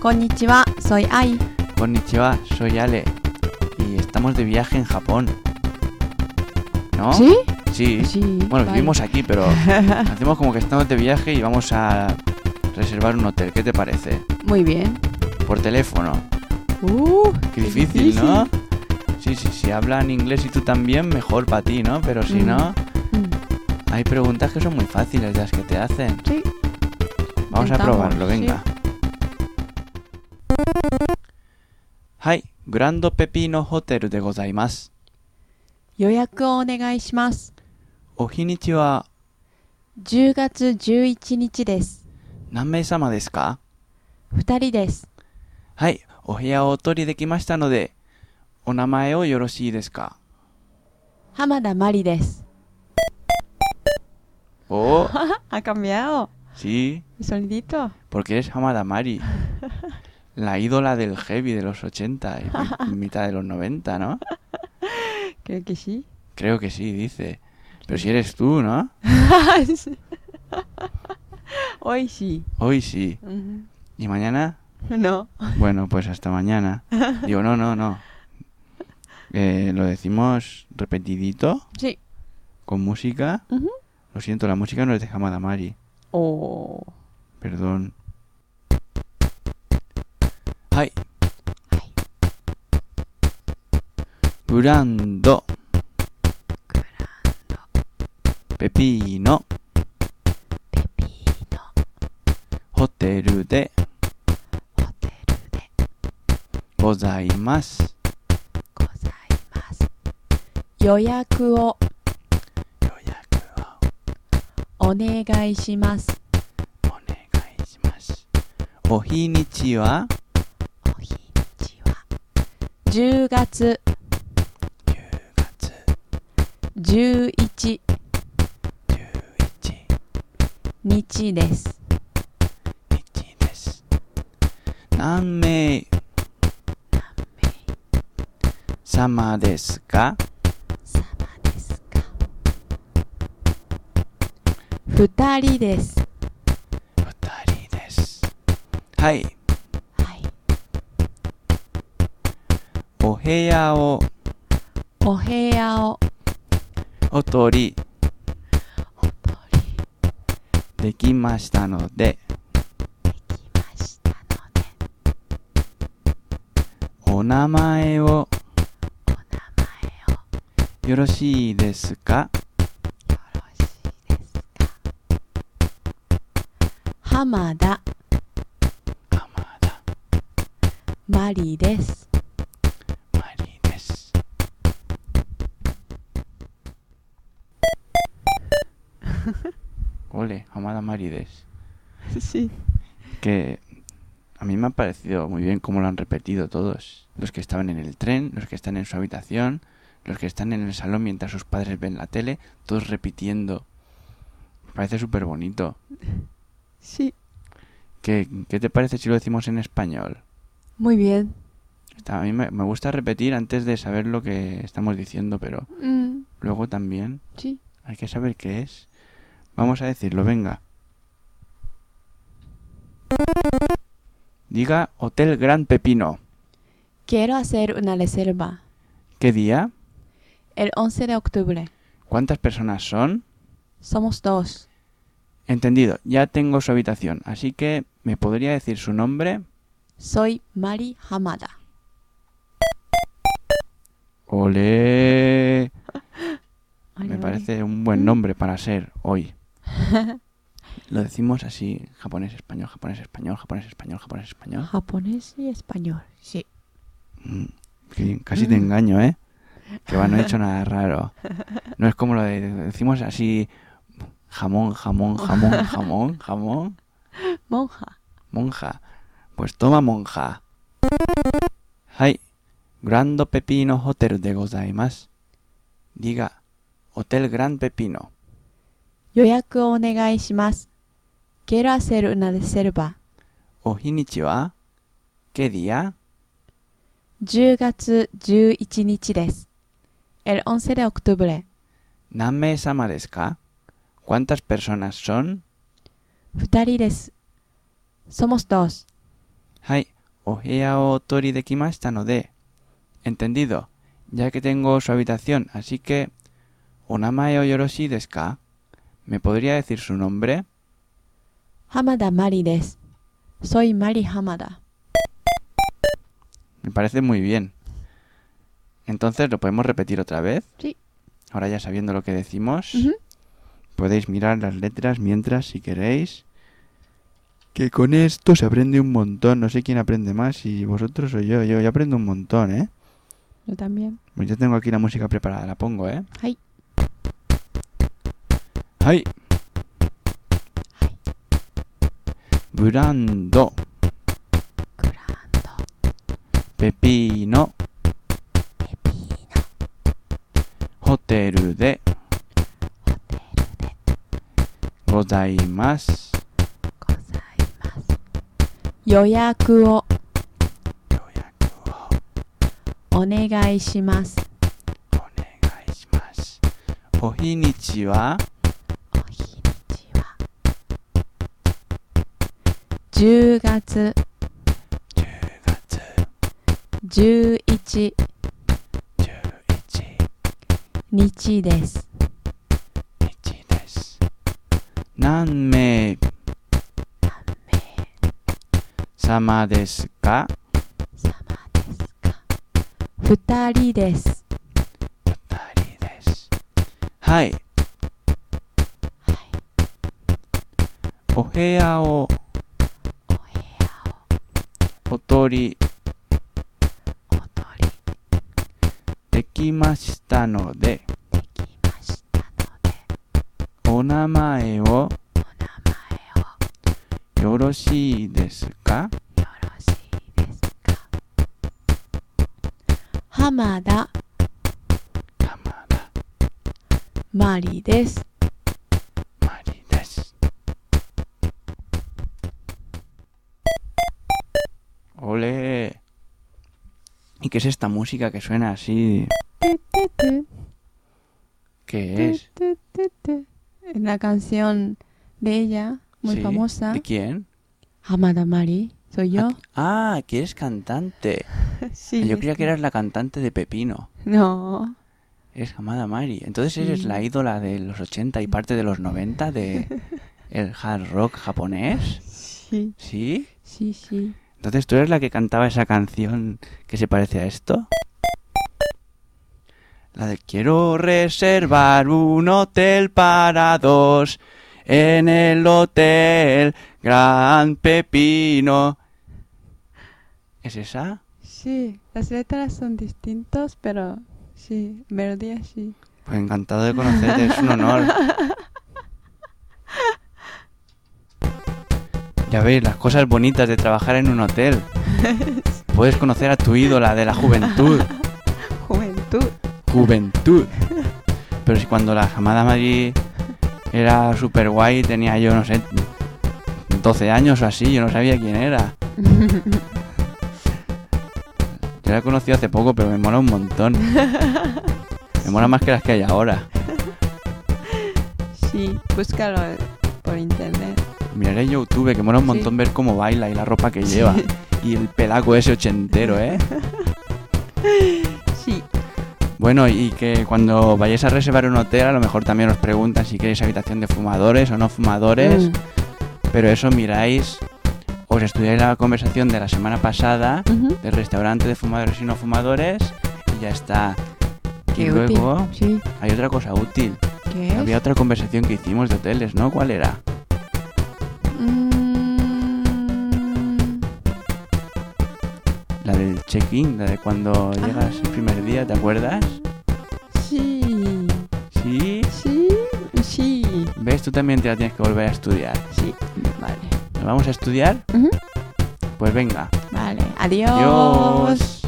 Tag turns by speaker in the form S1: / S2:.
S1: Konnichiwa, soy Ai.
S2: Konnichiwa, soy Ale. Y estamos de viaje en Japón. ¿No?
S1: ¿Sí?
S2: Sí. Bueno, vivimos aquí, pero hacemos como que estamos de viaje y vamos a reservar un hotel. ¿Qué te parece?
S1: Muy bien.
S2: Por teléfono.
S1: Uh,
S2: Qué difícil, ¿no? Sí, sí, si hablan inglés y tú también, mejor para ti, ¿no? Pero si
S1: Mm.
S2: no,
S1: Mm,
S2: hay preguntas que son muy fáciles las que te hacen.
S1: Sí.
S2: Vamos a
S1: Intentamos,
S2: probarlo, venga. Hi, Grand Pepino Hotel de gozaimasu.
S1: 予約をお願いします。
S2: お日にちは
S1: 10月11日です。
S2: 何名様ですか
S1: 2人です。
S2: はい、お部屋をお取りできましたので、お名前をよろしいですか
S1: 浜田まりです。
S2: お
S1: Ha cambiado.
S2: sí,
S1: Solidito.
S2: porque eres Hamada Mari, la ídola del heavy de los 80 y mi- mitad de los 90, ¿no?
S1: Creo que sí.
S2: Creo que sí, dice. Pero si eres tú, ¿no?
S1: Hoy sí.
S2: Hoy sí. ¿Y mañana?
S1: No.
S2: Bueno, pues hasta mañana. Digo, no, no, no. Eh, lo decimos repetidito,
S1: Sí.
S2: con música.
S1: Ujú.
S2: Lo siento, la música no es de Hamada Mari.
S1: Oh.
S2: Perdón. Hi. Grando. Pepino.
S1: Pepino.
S2: ホテルで
S1: Hotel de
S2: ございます。
S1: ございます。予約を
S2: 予約を
S1: お願いします。
S2: お願いします。お日にちは
S1: お日にちは。10月
S2: 10月
S1: 11
S2: 11
S1: 日です。
S2: 日です。何名様ですか
S1: 様ですか。二人です。
S2: 二人です。は
S1: は
S2: い。
S1: い。
S2: お部屋を
S1: お部屋を
S2: お取り
S1: お取り
S2: できましたので、
S1: できましたので、
S2: お名前
S1: お
S2: を
S1: 名前を
S2: よろしいですか
S1: よろしいですか。浜田
S2: 浜田
S1: マリです。
S2: マリです。Ole, Amada Mari des. Que a mí me ha parecido muy bien cómo lo han repetido todos. Los que estaban en el tren, los que están en su habitación, los que están en el salón mientras sus padres ven la tele, todos repitiendo. Me parece súper bonito.
S1: Sí.
S2: ¿Qué, qué te parece si lo decimos en español?
S1: Muy bien.
S2: Está- A mí me- me gusta repetir antes de saber lo que estamos diciendo, pero
S1: Mm,
S2: luego también
S1: sí.
S2: Hay que saber qué es. Vamos a decirlo, venga. Diga Hotel Gran Pepino.
S1: Quiero hacer una reserva
S2: ¿Qué día?
S1: el 11 de octubre.
S2: ¿Cuántas personas son?
S1: Somos dos.
S2: Entendido, ya tengo su habitación, así que me podría decir su nombre.
S1: Soy Mari Hamada.
S2: Ole. Me parece un buen nombre para ser hoy. Lo decimos así, japonés, español, japonés, español, japonés, español, japonés, español.
S1: Japonés y español. Sí.
S2: Mm, que casi te engaño, ¿eh? Que va, no he hecho nada raro. No es como lo de, decimos así, jamón, jamón, jamón, jamón, jamón,
S1: Monja.
S2: monja. Pues toma monja. Hay Grand Pepino Hotel de gozaimasu. Diga, Hotel Gran Pepino.
S1: 予約をお願いします。Quiero hacer una reserva
S2: O hinichiwa. ¿Qué día?
S1: 10月11日です。El 11 de octubre.
S2: Name samadeska. ¿Cuántas personas son?
S1: 二人です。Somos dos.
S2: Hay o hea o tori de kimashita no de. Entendido. Ya que tengo su habitación, así que... Onamae o yoroshi desu ka? ¿Me podría decir su nombre?
S1: 浜田マリです。Soy Mari Hamada.
S2: Me parece muy bien. Entonces, ¿lo podemos repetir otra vez?
S1: Sí.
S2: Ahora ya sabiendo lo que decimos,
S1: Ujú.
S2: podéis mirar las letras mientras, si queréis. Que con esto se aprende un montón. No sé quién aprende más, si vosotros o yo. Yo, yo aprendo un montón, ¿eh?
S1: Yo también.
S2: Pues yo tengo aquí la música preparada, la pongo, ¿eh?
S1: Ay.
S2: ¡Ay! Brando, pepino, hotel de, gozaimasu.
S1: 予約を
S2: Yoyaku
S1: お願いします。
S2: o
S1: お
S2: onegai shimasu. O hinichi wa
S1: 日にちは。10月
S2: 10月
S1: 11
S2: 11
S1: 日です。
S2: 日です。何名様ですか
S1: 様ですか二人です。
S2: 二人です。はい。お部屋を
S1: お部屋
S2: お取り
S1: をお取り
S2: できましたので、
S1: できましたので、
S2: お名前を
S1: お名前を
S2: よろしいですか
S1: よろしいですか浜田
S2: 浜田
S1: マリです。
S2: マリです。¡Ole! ¿Y qué es esta música que suena así? ¿Qué es?
S1: Es una canción de ella, muy
S2: Sí.
S1: famosa.
S2: ¿De quién?
S1: Hamada Mari, soy yo.
S2: Ah, que eres cantante.
S1: Sí,
S2: Yo
S1: es
S2: creía que eras la cantante de Pepino.
S1: No,
S2: Eres Hamada Mari. Entonces eres
S1: Sí.
S2: la ídola de los 80 y parte de los 90 de el hard rock japonés.
S1: sí,
S2: ¿Sí?
S1: sí, sí.
S2: Entonces tú eres la que cantaba esa canción que se parece a esto. La de quiero reservar un hotel para dos en el hotel Gran Pepino. ¿Es esa?
S1: Sí, las letras son distintas, pero sí, melodía sí.
S2: Pues encantado de conocerte, es un honor. Ya veis, las cosas bonitas de trabajar en un hotel. Puedes conocer a tu ídola de la juventud.
S1: Juventud.
S2: Juventud. Pero si cuando la llamada Madrid era súper guay, tenía yo, no sé, 12 años o así, yo no sabía quién era. Yo la he conocido hace poco, pero me mola un montón. Me mola más que las que hay ahora.
S1: Sí, búscalo por internet.
S2: Miraré YouTube, que mola un
S1: Sí.
S2: montón ver cómo baila y la ropa que lleva. Y el pelaco ese ochentero, ¿eh?
S1: Sí,
S2: Bueno, y que cuando vayáis a reservar un hotel, a lo mejor también os preguntan si queréis habitación de fumadores o no fumadores.
S1: Mm.
S2: Pero eso miráis, os estudiáis la conversación de la semana pasada
S1: Mm. Ujú.
S2: del restaurante de fumadores y no fumadores y ya está. Y
S1: Qué
S2: luego
S1: útil. Sí,
S2: hay otra cosa útil.
S1: ¿qué es?
S2: Había otra conversación que hicimos de hoteles, ¿no? ¿Cuál era?
S1: Mm.
S2: La del check-in, la de cuando
S1: Ah.
S2: llegas el primer día, ¿te acuerdas?
S1: Sí,
S2: Sí.
S1: sí, sí,
S2: ¿Ves? Tú también te la tienes que volver a estudiar.
S1: sí. Vale.
S2: ¿Nos vamos a estudiar?
S1: Ujú.
S2: Pues venga.
S1: Vale, adiós.
S2: Adiós.